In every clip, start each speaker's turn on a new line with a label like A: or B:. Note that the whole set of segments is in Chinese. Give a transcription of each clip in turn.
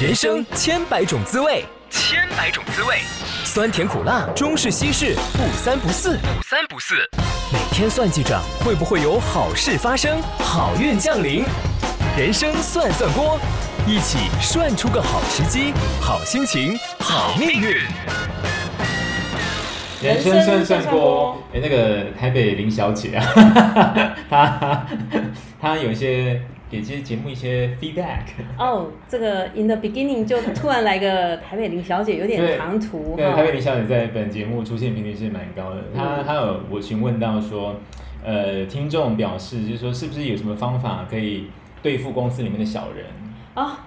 A: 人生千百种滋味，
B: 千百种滋味，
A: 酸甜苦辣，中式西式，不三不四。
B: 不三不四。
A: 每天算计着会不会有好事发生，好运降临。人生算算锅，一起涮出个好时机、好心情、好命运。
C: 人生算算锅。哎、那个台北林小姐啊，她她有一些给这些节目一些 feedback，
D: 哦，这个 in the beginning 就突然来个台北林小姐，有
C: 对
D: 点唐突
C: 对，
D: 哈
C: 台。北林小姐在本节目出现频率是蛮高的。她她有我询问到说，呃，听众表示就是说，是不是有什么方法可以对付公司里面的小人？
D: 啊，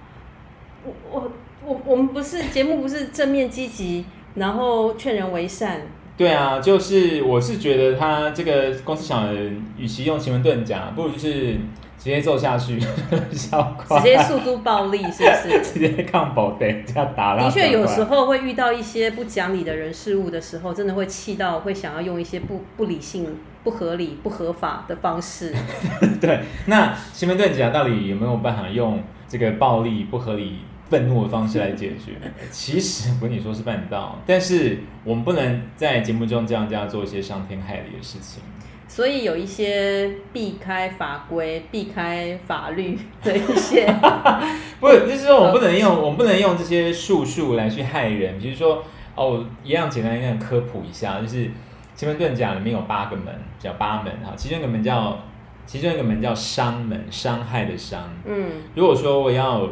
D: 我我我我们不是节目，不是正面积极，然后劝人为 善，
C: 对啊，就是我是觉得他这个公司小人，与其用奇门遁甲，不如就是直接揍下去，笑垮，
D: 直接诉诸暴力，是不 是？
C: 直接抗宝贝，这样打啦。
D: 的确，有时
C: 候。
D: 候会遇到一些不讲理的人事物的时候，真的会气到会想要用一些不不理性、不合理、不合法的方 式。
C: 对，那奇门遁甲到底有没有办法用这个暴力、不合理、愤怒的方式来解决？其实我跟你说是办得到，但是我们不能在节目中这样这样做一些伤天害理的事情。
D: 所以有一些避开法规、避开法律的一些
C: 不，就是说我们不能用，我们不能用这些术数来去害人。比如说，哦，一样简单一样科普一下，就是奇门遁甲里面有八个门，叫八门哈，其中一个门叫其中一个门叫伤门，伤害的伤。
D: 嗯
C: 如果说我要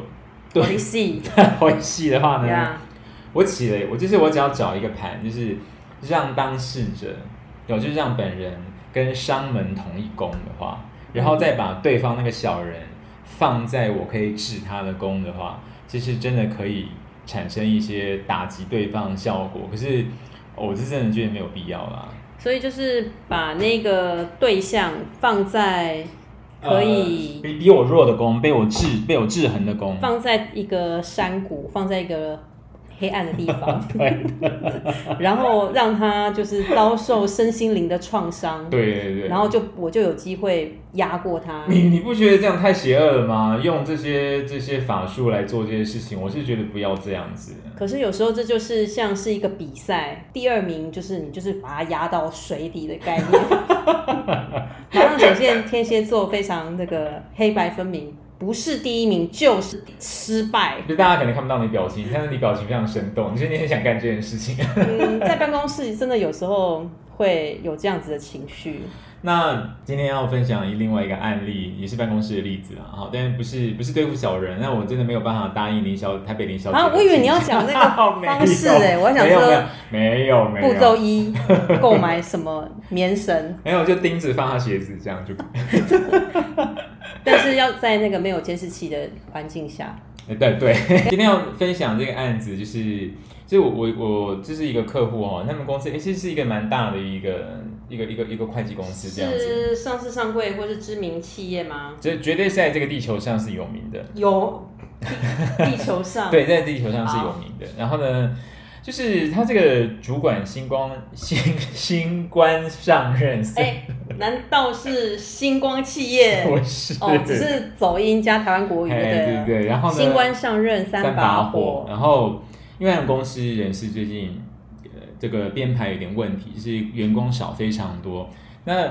C: 对
D: 维系
C: 回戏的话呢
D: 呀。
C: 我起了，我就是我只要找一个盘，就是让当事者，有就是让本人跟商门同一宫的话，然后再把对方那个小人放在我可以治他的宫的话，其实真的可以产生一些打击对方的效果。可是我是真的觉得没有必要啦。
D: 所以就是把那个对象放在可以
C: 呃比比我弱的宫，被我制被我制衡的宫，
D: 放在一个山谷，放在一个黑暗的地 方，
C: 对
D: 然后让他就是遭受身心灵的创伤，
C: 对对对，
D: 然后就我就有机会压过他。
C: 你你不觉得这样太邪恶了吗？用这些这些法术来做这些事情，我是觉得不要这样子。
D: 可是有时候这就是像是一个比赛，第二名就是你就是把他压到水底的概念。 马上显现天蝎座非常那个黑白分明，不是第一名就是失败。
C: 就大家可能看不到你表情，但是你表情非常生动，你说你很想干这件事情。
D: 嗯，在办公室真的有时候会有这样子的情绪。
C: 那今天要分享一另外一个案例，也是办公室的例子啊，好，但是不是不是对付小人，那我真的没有办法答应林小台北林小姐的
D: 啊
C: 建议。
D: 我以为你要讲那 个
C: 哦没有
D: 方式欸我还想
C: 没有
D: 说
C: 没有没有
D: 步骤一，购买什么棉 绳，
C: 没有，就钉子放他鞋子这样就。
D: 但是要在那个没有监视器的环境下。
C: 呃 对对， 今天要分享这个案子，就是就是我我我这是一个客户哦，他们公司诶其实是一个蛮大的一个一个一个一个会计公司这样子，
D: 是上市上柜或是知名企业吗？
C: 这绝对是在这个地球上是有名的，
D: 有，地地球上。
C: 对，在地球上是有名
D: 啊
C: 的。然后呢，就是他这个主管新 官新新官上任，
D: 哎、难道是星光企业？
C: 我是
D: 哦，只是走音加台湾国语就
C: 哎
D: 对
C: 对
D: 了。
C: 对，然后呢，
D: 新官上任三把火，
C: 然后因为他们公司人事最近呃这个编排有点问题，就是员工少非常多。那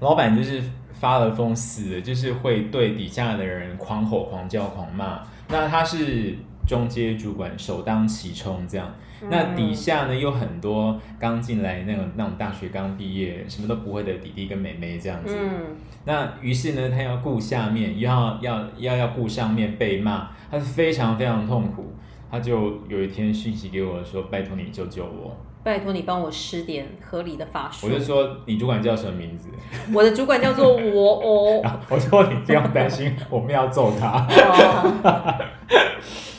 C: 老板就是发了疯似的，就是会对底下的人狂吼、狂叫、狂骂。那他是中阶主管，首当其冲这样。
D: 嗯
C: 那底下呢，有很多刚进来那种那种大学刚毕业什么都不会的弟弟跟妹妹这样子。
D: 嗯，
C: 那于是呢，他要顾下面，又要要要要顾上面被骂，他是非常非常痛苦。他就有一天讯息给我说：“拜托你救救我。
D: 拜托你帮我施点合理的法”术。
C: 我就说：“你主管叫什么名字
D: 我的主管叫做我哦？”
C: 然后我说：“你不要担心，我们要揍他。
D: 哦，”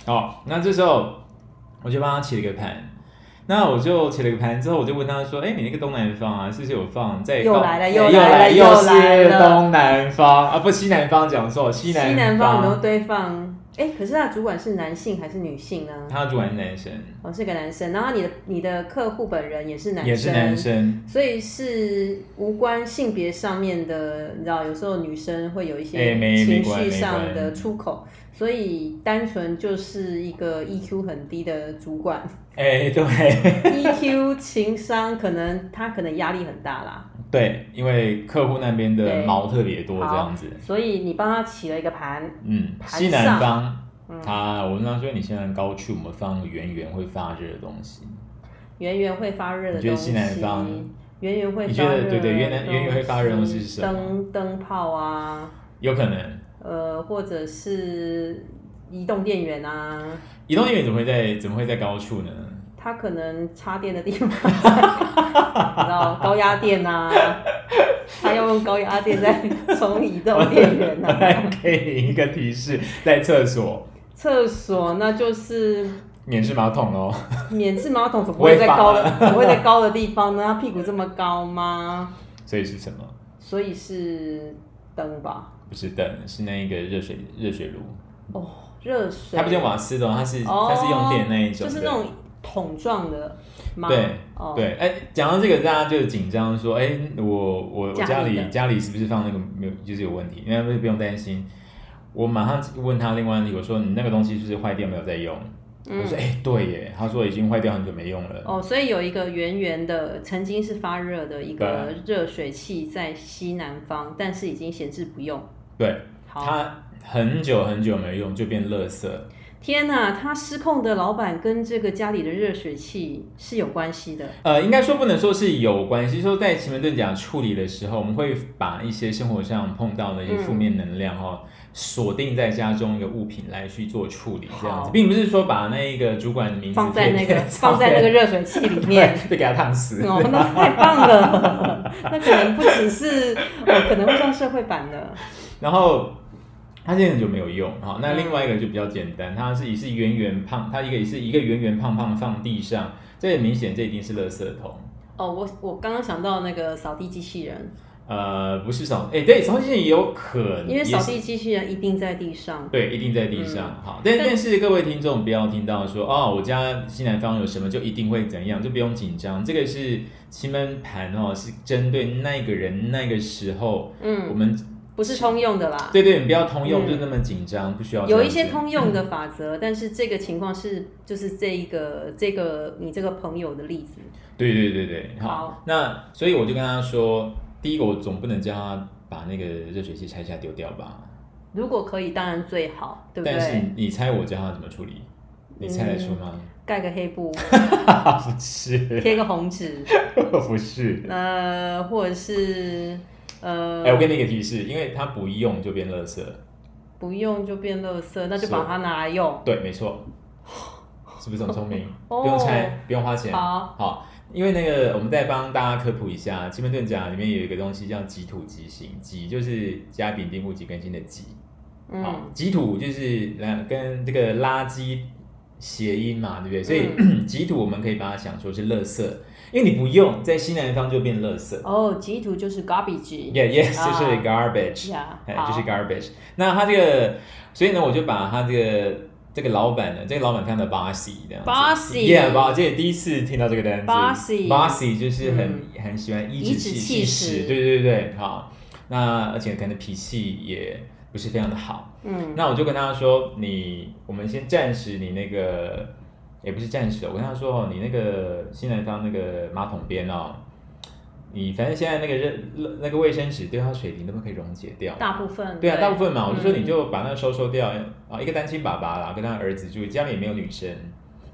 C: 哦，那这时候我就帮他起了个盘。那我就起了个盘之后，我就问他说：“哎、你那个东南方啊，是不是有放在
D: 又
C: 高
D: 来了
C: 又
D: 又来了
C: 又
D: 又
C: 是
D: 来了
C: 东南方啊，不西南方讲错，西南
D: 西南方有没有堆放？哎、可是他的主管是男性还是女性呢？
C: 他主管是男生，
D: 哦，是个男生。然后你的你的客户本人也是男生，
C: 也是男生，
D: 所以是无关性别上面的，你知道，有时候女生会有一
C: 哎
D: 些
C: 没没
D: 情
C: 关
D: 绪
C: 没
D: 上
C: 关
D: 的出口，所以单纯就是一个 EQ 很低的主 管
C: 哎，对
D: ，EQ 情商可能他可能压力很大啦，
C: 对，因为客户那边的
D: 对
C: 毛特别多，这
D: 好
C: 样子。
D: 所以你帮他起了一个盘，
C: 嗯，
D: 盘
C: 西南
D: 上嗯
C: 方，它我们常说你现在高处，我们放圆圆会发热的东西。
D: 圆圆会发热的
C: 你觉得
D: 东
C: 西
D: 西，
C: 南方
D: 圆圆会
C: 你
D: 发
C: 觉得
D: 热的
C: 对对圆南圆圆会发热的东西是什么
D: 灯灯泡啊，
C: 有可能
D: 呃，或者是移动电源啊，
C: 移动电源怎么会在怎么会在高处呢？
D: 它可能插电的地方在，你知道高压电啊，它要用高压电在充移动电源
C: 哎
D: 啊。
C: 给你一个提示，在厕所
D: 厕所那就是
C: 免治马桶哦。
D: 免治马桶，怎么会在高的
C: 不会，
D: 怎么会在高的地方呢？它屁股这么高吗？
C: 所以是什么？
D: 所以是灯吧？
C: 不是灯，是那一个热水热水炉。
D: 哦，热水，
C: 它不是瓦斯的哦，它是、
D: 哦，
C: 它是用电那一种
D: 就
C: 的，
D: 是那种桶状的吗？
C: 对、
D: 哦、
C: 对，哎、讲到这个，大家就紧张说，哎、我我我
D: 家
C: 家
D: 里
C: 里
D: 的
C: 家里是不是放那个没有就是有问题？那不不用担心，我马上问他另外问题，我说你那个东西是不是坏掉没有在用？我说哎、对耶，他说已经坏掉很久没用了。
D: 嗯哦，所以有一个圆圆的，曾经是发热的一个热水器在西南方，但是已经闲置不用。
C: 对，
D: 好，
C: 他很久很久没用就变垃圾，
D: 天哪，他失控的老板跟这个家里的热水器是有关系的。
C: 呃，应该说不能说是有关系，说在奇门遁甲处理的时候，我们会把一些生活上碰到的一些负
D: 嗯
C: 面能量哈、哦，锁定在家中一个物品来去做处理，这样子，
D: 好
C: 并不是说把那一个主管的名字
D: 放在那个
C: 贴
D: 放在那个热水器里面，
C: 对，就给他烫死。
D: 哦，那太棒了！ 那可能不只是，哦、可能会上社会版的。
C: 然后它现在就没有用哈、
D: 嗯
C: 那另外一个就比较简单，它是也是圆圆胖，它一个也是一个圆圆胖胖放地上，这很明显这一定是垃圾桶。
D: 哦，我我刚刚想到那个扫地机器人，
C: 呃，不是扫，哎、对，扫地机器人也有可能，
D: 因为
C: 也
D: 扫
C: 是
D: 地机器人一定在地上。
C: 对，一定在地上。
D: 嗯
C: 好，但
D: 但
C: 但是各位听众不要听到说哦，我家西南方有什么就一定会怎样，就不用紧张。这个是奇门盘哦，是针对那个人那个时候，我
D: 嗯，
C: 们
D: 不是通用的啦。
C: 对对，你不要通用，
D: 嗯
C: 就那么紧张，不需要这样
D: 有
C: 子。
D: 一些通用的法则，但是这个情况是就是这一个这个你这个朋友的例子，
C: 对对对对，好。
D: 好
C: 那所以我就跟他说，第一个我总不能叫他把那个热水器拆下丢掉吧？
D: 如果可以，当然最好，对不
C: 但是
D: 嗯对？嗯
C: 你猜我教他怎么处理？你猜得出吗？
D: 盖个黑布，
C: 不是，
D: 贴个红纸，
C: 不是。
D: 呃，或者是呃
C: 哎、，我给你一个提示，因为它不用就变垃圾。
D: 不用就变垃圾，那就是把它拿来用。
C: 对，没错，是不是很聪明？
D: 哦
C: 不用拆，不用花钱。
D: 好，
C: 因为那个我们再帮大家科普一下，奇门遁甲里面有一个东西叫己土吉星，己就是甲丙丁戊己庚辛的己，好
D: 嗯，，
C: 己土就是呃跟这个垃圾谐音嘛，对不对？所以、
D: 嗯
C: 己土我们可以把它想说是垃圾，因为你不用在西南方就变垃圾。
D: 哦，集图就是 garbage，
C: Yeah, yes，
D: 啊
C: 就是 garbage，、
D: 呀
C: 哎，
D: 好
C: 就是 garbage。那他这个，所以呢，我就把他这个这个老板呢，这个老板非常的 bossy 这样子。
D: Bossy
C: yeah，b o 这也第一次听到这个单词。
D: Bossy
C: bossy 就是很、
D: 嗯
C: 很喜欢颐
D: 颐
C: 指
D: 指
C: 气
D: 气
C: 使，
D: 使
C: 对对对，好。那而且可能脾气也不是非常的好。
D: 嗯，
C: 那我就跟他说，你我们先暂时你那个也不是暂时，我跟他说哦，你那个新南方那个马桶边哦，你反正现在那个热那个卫生纸对它水泥都不可以溶解掉。
D: 大部分
C: 对啊，大部分嘛，我就说
D: 嗯
C: 你就把那个收收掉啊，一个单亲爸爸啦，跟他儿子住，家里也没有女生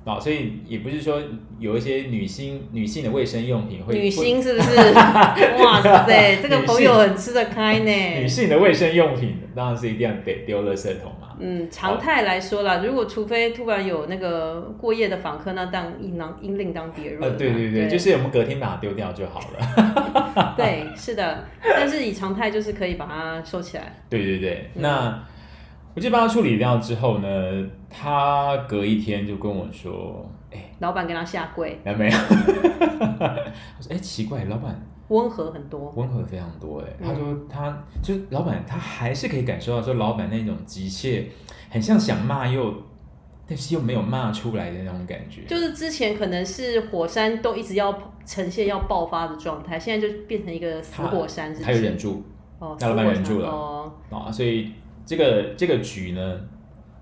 C: 啊，所以也不是说有一些女性女性的卫生用品会
D: 女星是不 是？哇 塞，这个朋友很吃得开
C: 会女
D: 呢。
C: 性的卫生用品当然是一定要得丢垃圾桶嘛。
D: 嗯，常态来说啦，如果除非突然有那个过夜的访客，那当应当应另当别论啦。
C: 呃，对对对，就是我们隔天把它丢掉就好了。
D: 对，是的。但是以常态就是可以把它收起来。
C: 对对对，那我就帮他处理掉之后呢，他隔一天就跟我说：“哎、
D: 老板跟他下跪，
C: 男没有？” 我说：“哎、奇怪，老板
D: 温和很多。
C: 温和非常多。”哎，
D: 嗯
C: 他说他就是老板，他还是可以感受到说老板那种急切，很像想骂又，但是又没有骂出来的那种感觉。
D: 就是之前可能是火山都一直要呈现要爆发的状态，现在就变成一个死
C: 他
D: 火山，是不
C: 他有
D: 是？
C: 忍住
D: 哦，死
C: 那老板
D: 火
C: 忍
D: 山
C: 住了
D: 哦，
C: 啊，所以这个这个局呢，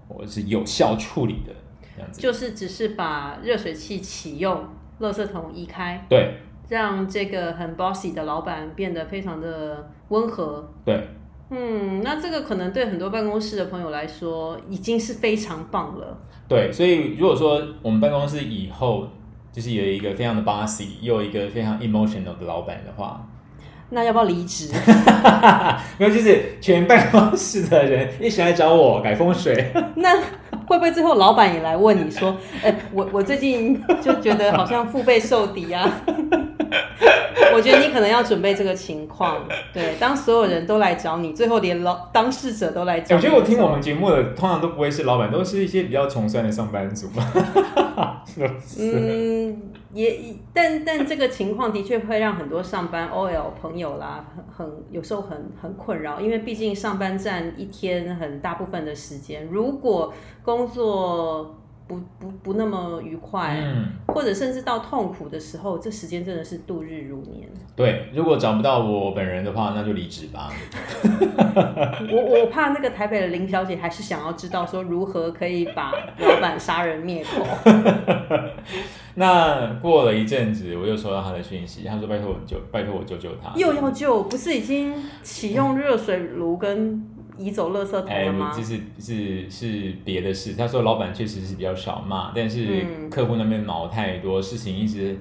C: 我是有效处理的这样子。
D: 就是只是把热水器启用，垃圾桶移开，
C: 对
D: 让这个很 bossy 的老板变得非常的温和。
C: 对，
D: 嗯，那这个可能对很多办公室的朋友来说已经是非常棒了。
C: 对，所以如果说我们办公室以后就是有一个非常的 bossy，又有一个非常 emotional 的老板的话，
D: 那要不要离职？
C: 没有，就是全办公室的人一起来找我改风水。
D: 那会不会最后老板也来问你说：“哎、我我最近就觉得好像腹背受敌啊？” 我觉得你可能要准备这个情况。对，当所有人都来找你，最后连老当事者都来
C: 欸
D: 找
C: 我
D: 你的时
C: 觉
D: 候、
C: 得我听我们节目的通常都不会是老板，都是一些比较穷酸的上班 族，是不是？
D: 嗯，也但但这个情况的确会让很多上班 OL 朋友啦，很很有时候很很困扰，因为毕竟上班占一天很大部分的时间，如果工作不不不那么愉快，
C: 嗯，
D: 或者甚至到痛苦的时候，这时间真的是度日如年。
C: 对，如果找不到我本人的话，那就离职吧。
D: 我我怕那个台北的林小姐还是想要知道说如何可以把老板杀人灭口。
C: 那过了一阵子，我又收到他的讯息，他说拜托我救，拜托我救救他。
D: 又要救，不是已经启用热水炉跟移走垃圾桶
C: 哎，
D: 了
C: 我
D: 吗？
C: 就是是是别的事。他说老板确实是比较少骂，但是
D: 嗯
C: 客户那边毛太多，事情一直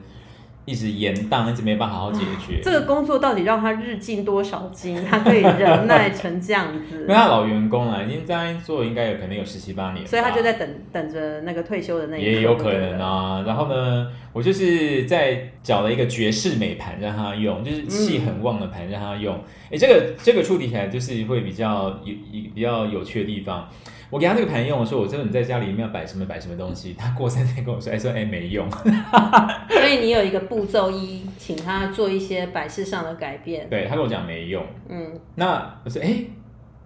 C: 一直延宕，一直没办法好好解决。
D: 嗯这个工作到底让他日进多少斤，他可以忍耐成这样子
C: 因为？他老员工啊了，已经在那边做应该有可能有十七八年了吧，
D: 所以他就在等等着那个退休的那一刻
C: 也有可能。啊。然后呢，我就是在找了一个绝世美盘让他用，
D: 嗯
C: 就是气很旺的盘让他用。诶，这个这个处理起来就是会比较有有比较有趣的地方。我给他这个盘用，我说我真的你在家里面要摆什么摆什么东西，他过三天跟我说，哎说哎没用，
D: 对不对所以你有一个步骤一，请他做一些摆饰上的改变。
C: 对他跟我讲没用。
D: 嗯，
C: 那我说哎，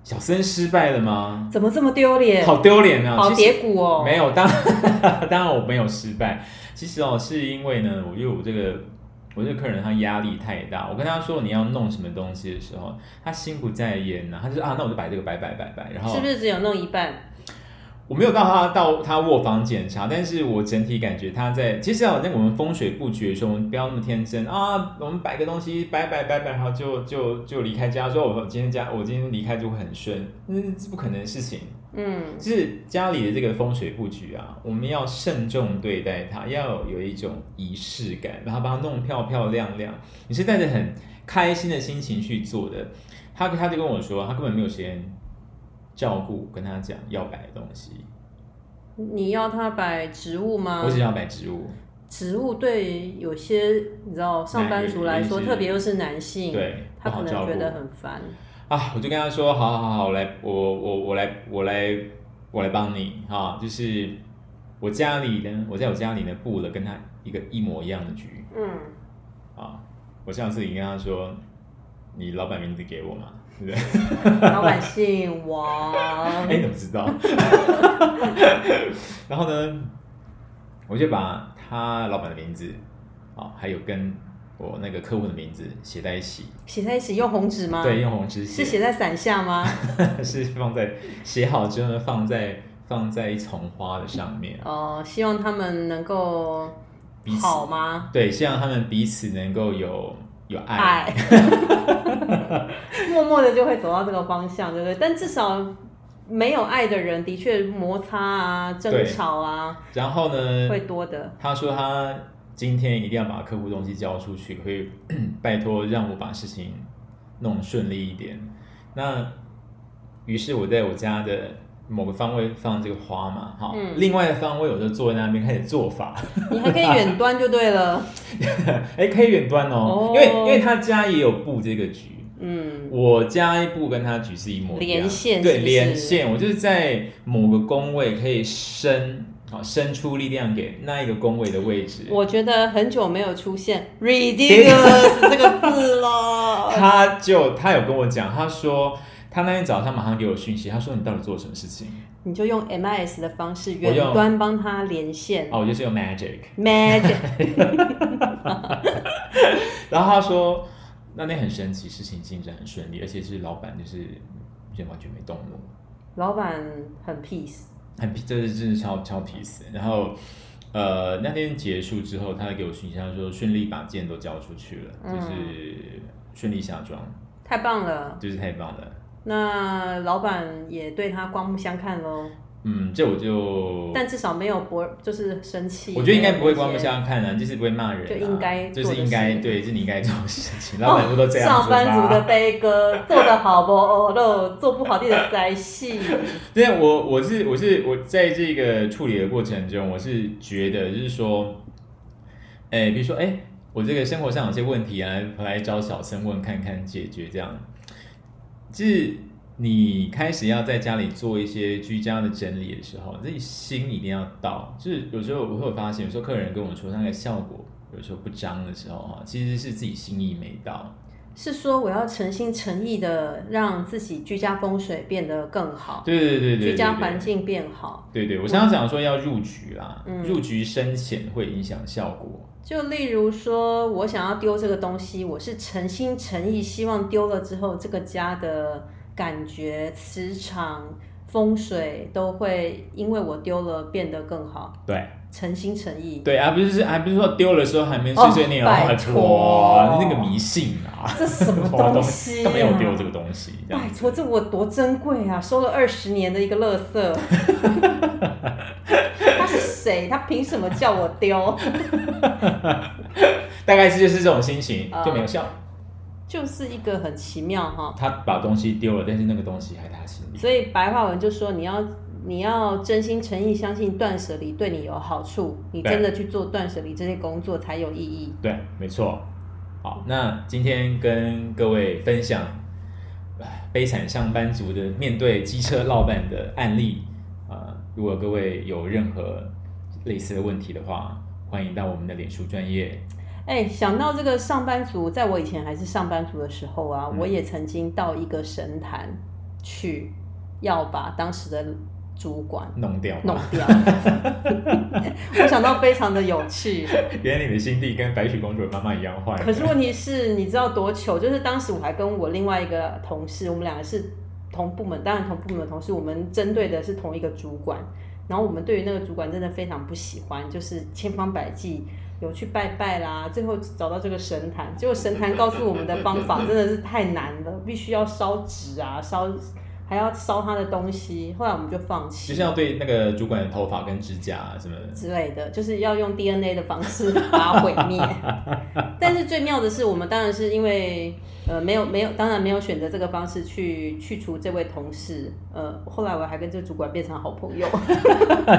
C: 小森失败了吗？
D: 怎么这么丢脸？
C: 好丢脸啊！
D: 好
C: 其实
D: 跌谷哦。
C: 没有，当 当然我没有失败。其实哦，是因为呢，我觉得我这个我这个客人他压力太大。我跟他说你要弄什么东西的时候，他心不在焉呐、他就说啊，那我就摆这个摆摆摆摆。然后
D: 是不是只有弄一半？
C: 我没有到他到他卧房检查，但是我整体感觉他在其实啊，在我们风水布局的时候，我们不要那么天真啊，我们摆个东西摆摆摆摆，然后就就就离开家说我今天家我今天离开就会很顺，嗯，这不可能的事情。
D: 嗯，
C: 就是家里的这个风水布局啊，我们要慎重对待它，要有一种仪式感，然后把它弄漂漂亮亮。你是带着很开心的心情去做的。他他就跟我说，他根本没有时间照顾跟他讲要摆的东西，
D: 你要他摆植物吗
C: 我？只要摆植物。
D: 植物对有些你知道上班族来说，
C: 男人
D: 特别又是男性，
C: 对
D: 嗯他可
C: 不好照
D: 能
C: 顾
D: 觉得很烦。
C: 啊，我就跟他说，好好好，我来，我我我来，我来，我来帮你哈、就是我家里呢，我在我家里呢布了跟他一个一模一样的局。
D: 嗯。
C: 啊，我上次已经跟他说，你老板名字给我嘛，对不对？
D: 老板姓王，
C: 哎、你怎么知道？ 然后呢，我就把他老板的名字，啊，还有跟我那个客户的名字写在一起，
D: 写在一起用红纸吗？
C: 对，，用红纸
D: 是写在伞下吗？
C: 是放在写好之后呢，放在放在一丛花的上面，
D: 哦，希望他们能够
C: 彼此
D: 好吗？
C: 对，希望他们彼此能够有有爱。
D: 爱， 默默的就会走到这个方向，对不对？但至少没有爱的人，的确摩擦啊、争
C: 对
D: 吵啊
C: 然后呢，
D: 会多的。
C: 他说他今天一定要把客户东西交出去，可以 拜托让我把事情弄顺利一点。那于是我在我家的某个方位放这个花嘛，哈，
D: 嗯
C: 另外的方位我就坐在那边开始做法，
D: 你还可以远端就对了，
C: 哎，可以远端
D: 哦
C: 哦，因为因为他家也有布这个局。
D: 嗯，
C: 我家一布跟他局是一模一样，
D: 连线是
C: 对
D: 不是
C: 连线，我就是在某个宫位可以伸好伸出力量给那一个宫位的位置。
D: 我觉得很久没有出现 ridiculous 这个字了。
C: 他就他有跟我讲，他说他那天早上马上给我讯息，他说你到底做了什么事情？
D: 你就用 MIS 的方式
C: 我用
D: 远端帮他连线
C: 哦，我就是用 magic。
D: ，magic。
C: 然后他说那天很神奇，事情进展很顺利，而且是老板就是人完全没动怒。
D: 老板很 peace，
C: 很皮，这是真的超超 peace。然后，呃，那天结束之后，他还给我信息他说顺利把件都交出去了，就是顺利下装，
D: 太棒了。
C: 就是太棒了。
D: 那老板也对他刮目相看喽，
C: 嗯，这我就，
D: 但至少没有博，就是生气。哦
C: 我觉得应该不会
D: 没有
C: 刮
D: 那
C: 目
D: 些
C: 相看啊，就是不会骂人、啊，
D: 就应该
C: 就
D: 做
C: 是
D: 的
C: 应该
D: 事
C: 对，是你应该做的事 情。
D: 哦
C: 老板不都这样
D: 上
C: 子吗？
D: 班族的悲歌，做得好不哦喽，做不好你的灾戏。
C: 对，我我是我是我在这个处理的过程中，我是觉得就是说，哎，比如说哎，我这个生活上有些问题啊，我来找小生问看看解决这样。就是你开始要在家里做一些居家的整理的时候，这心一定要到。就是有时候我会发现，有时候客人跟我说那个效果有时候不彰的时候哈，其实是自己心意没到。
D: 是说我要诚心诚意的让自己居家风水变得更好，
C: 对对对对对对，
D: 居家环境变好。
C: 对对，我刚刚讲说要入局啦，
D: 嗯
C: 入局深浅会影响效果。
D: 就例如说，我想要丢这个东西，我是诚心诚意希望丢了之后，这个家的感觉、磁场、风水都会因为我丢了变得更好。
C: 对
D: 诚心诚意，
C: 对，啊而不是还不是说丢了时候还没碎碎念，
D: 哦
C: 然后还
D: 拜托
C: 拖那个迷信啊，
D: 这什 么东西、啊？
C: 都没有丢这个东西，这
D: 拜
C: 样子
D: 托，这我多珍贵啊！收了二十年的一个垃圾， 他是谁？他凭什么叫我丢？
C: 大概是就是这种心情
D: 啊
C: 就没有效。
D: 就是一个很奇妙哈。
C: 他把东西丢了，但是那个东西还在他心里。
D: 所以白话文就说，你要你要真心诚意相信断舍离对你有好处，你真的去做断舍离这些工作才有意义。
C: 对，没错。好，那今天跟各位分享唉悲惨上班族的面对机车老板的案例。呃，如果各位有任何类似的问题的话，欢迎到我们的脸书专业。
D: 哎，想到这个上班族，在我以前还是上班族的时候啊，
C: 嗯
D: 我也曾经到一个神坛去，要把当时的主管
C: 弄掉吧，
D: 弄掉。 我想到非常的有趣，
C: 原来你的心地跟白雪公主的妈妈一样坏。
D: 可是问题是，你知道多糗？就是当时我还跟我另外一个同事，我们两个是同部门，当然同部门的同事，我们针对的是同一个主管。然后我们对于那个主管真的非常不喜欢，就是千方百计有去拜拜啦，最后找到这个神坛，结果神坛告诉我们的方法真的是太难了，必须要烧纸啊，烧还要烧他的东西。后来我们就放弃
C: 就。像对那个主管的头发跟指甲、啊、 什么的，
D: 之类的，就是要用 DNA 的方式把它毁灭。但是最妙的是，我们当然是因为呃没有没有，当然没有选择这个方式去去除这位同事。呃，后来我还跟这个主管变成好朋友，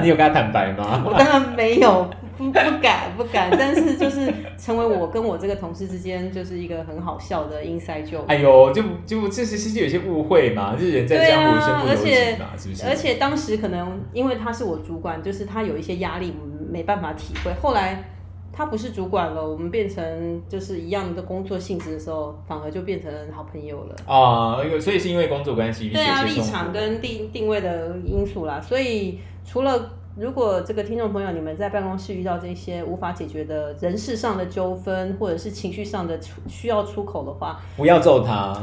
C: 你有跟他坦白吗？
D: 我当然没有不不敢不敢，但是就是成为我跟我这个同事之间就是一个很好笑的 inside joke。
C: 哎呦，就就这是是有些误会嘛，就是人在江湖身不由己嘛，是不是？
D: 啊而且当时可能因为他是我主管，就是他有一些压力，我们没办法体会。后来他不是主管了，我们变成就是一样的工作性质的时候，反而就变成好朋友了。
C: 啊，因为所以是因为工作关系，
D: 对啊，
C: 彼此
D: 立
C: 有些冲突
D: 场跟定定位的因素啦，所以除了。如果这个听众朋友你们在办公室遇到这些无法解决的人事上的纠纷，或者是情绪上的出需要出口的话，
C: 不要揍他，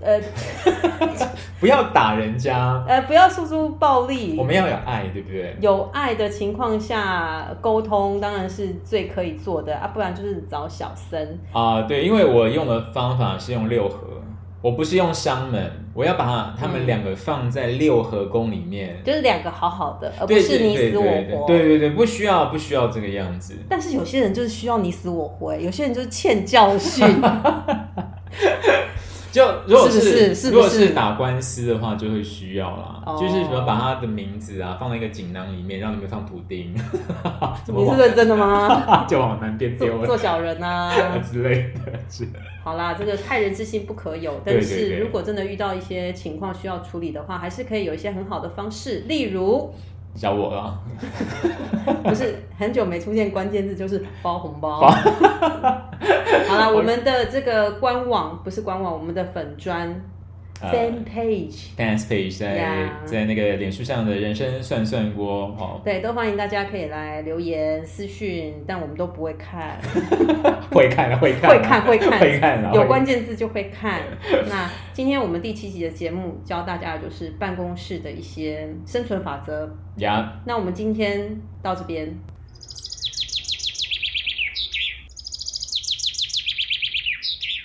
D: 呃
C: 不要打人家，
D: 呃，不要诉诸暴力，
C: 我们要有爱，对不对？
D: 有爱的情况下，沟通当然是最可以做的啊，不然就是找小三。
C: 啊、对，因为我用的方法是用六合，我不是用商门，我要把他们两个放在六合宫里面，
D: 就是两个好好的，而不
C: 对
D: 是你死我活。
C: 对对对对对对，不需要不需要这个样子。
D: 但是有些人就是需要你死我活、欸有些人就是欠教 训。
C: 就如果
D: 是不是是不是
C: 如果是打官司的话，就会需要啦，
D: 哦
C: 就是什么把他的名字啊放在一个锦囊里面，让你们放图钉，怎么
D: 你是
C: 往
D: 认真的吗？
C: 就往南边丢
D: 做
C: 了，
D: 做小人啊
C: 之类的，是
D: 好啦，这个害人之心不可有。
C: 对
D: 但
C: 对对
D: 是如果真的遇到一些情况需要处理的话，还是可以有一些很好的方式，例如
C: 找我啊啦。
D: 不是很久没出现关键字，就是包红包。 好了，我们的这个官网不是官网，我们的粉砖 fan page，
C: fans 呃 page 在
D: Yeah
C: 在那个脸书上的人生算算锅 哦，
D: 对，都欢迎大家可以来留言私讯，但我们都不会 看，
C: 会看的会看
D: 会看会看
C: 会看啦
D: 有
C: 会
D: 关键字就会看。那今天我们第七集的节目教大家的就是办公室的一些生存法则。
C: 呀，
D: 那我们今天到这边，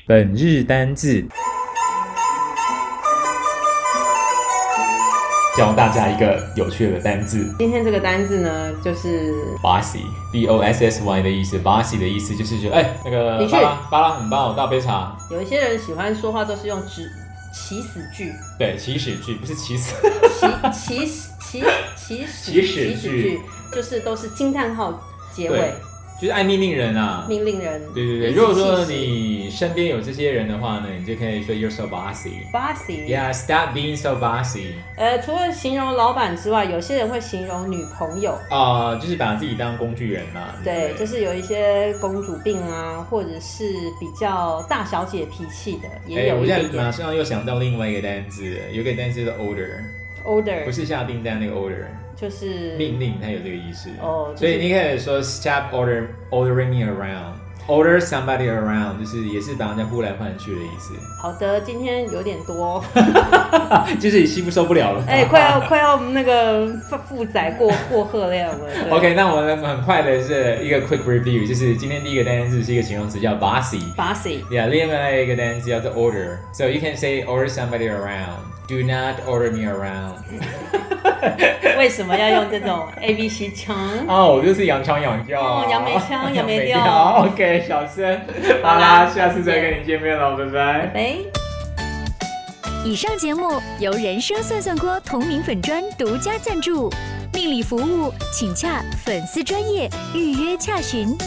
C: 本日单字，教大家一个有趣的单字。
D: 今天这个单字呢，就是。
C: bossy b o s s y 的意思，bossy 的意思就是觉得哎、那个
D: 的确
C: 巴拉巴拉很棒，我大杯茶。
D: 有一些人喜欢说话都是用直起始句，
C: 对，起始句不是起始，
D: 起起起起
C: 起
D: 起
C: 始
D: 始
C: 句
D: 句，就是都是惊叹号结尾
C: 对，就是爱命令人啊。
D: 命令人。
C: 对对对，
D: 一起
C: 如果
D: 起
C: 说
D: 始
C: 你身边有这些人的话呢，你就可以说 you're so bossy。
D: bossy，
C: Yeah, stop being so bossy。
D: 呃，除了形容老板之外，有些人会形容女朋友，
C: 啊、就是把自己当工具人嘛。
D: 对，
C: 不
D: 就是有一些公主病啊，或者是比较大小姐脾气的，
C: 哎、
D: 也有
C: 我
D: 一
C: 现
D: 点
C: 在马
D: 点
C: 上又想到另外一个单字，有一个单字叫 order，不
D: older，
C: 是下订单那个 order，
D: 就是
C: 命令它有这个意思。
D: 嗯哦就是
C: 所以你可以说 stop order ordering me around。Order somebody around 就是也是把人家呼来唤去的意思，
D: 好的，今天有点多，
C: 就是你吸不受不了了。
D: 哎，快要快要那个负负载过过荷了了。对
C: OK，那我们很快的是一个 quick review，就是今天第一个单字是一个形容词叫 bossy，
D: bossy，
C: yeah，另外一个单词叫做 order。So you can say order somebody around. Do not order me around.
D: 为什么要用这种 A B C 腔？
C: 哦，我就是扬长扬调。
D: 哦扬眉腔扬 眉调
C: OK，小声。
D: 好
C: 好
D: 啦
C: 啦，下次再跟你见面了，拜拜。
D: 哎。
E: 以上节目由人生算算锅同名粉专独家赞助，命理服务请洽粉丝专业预约洽询。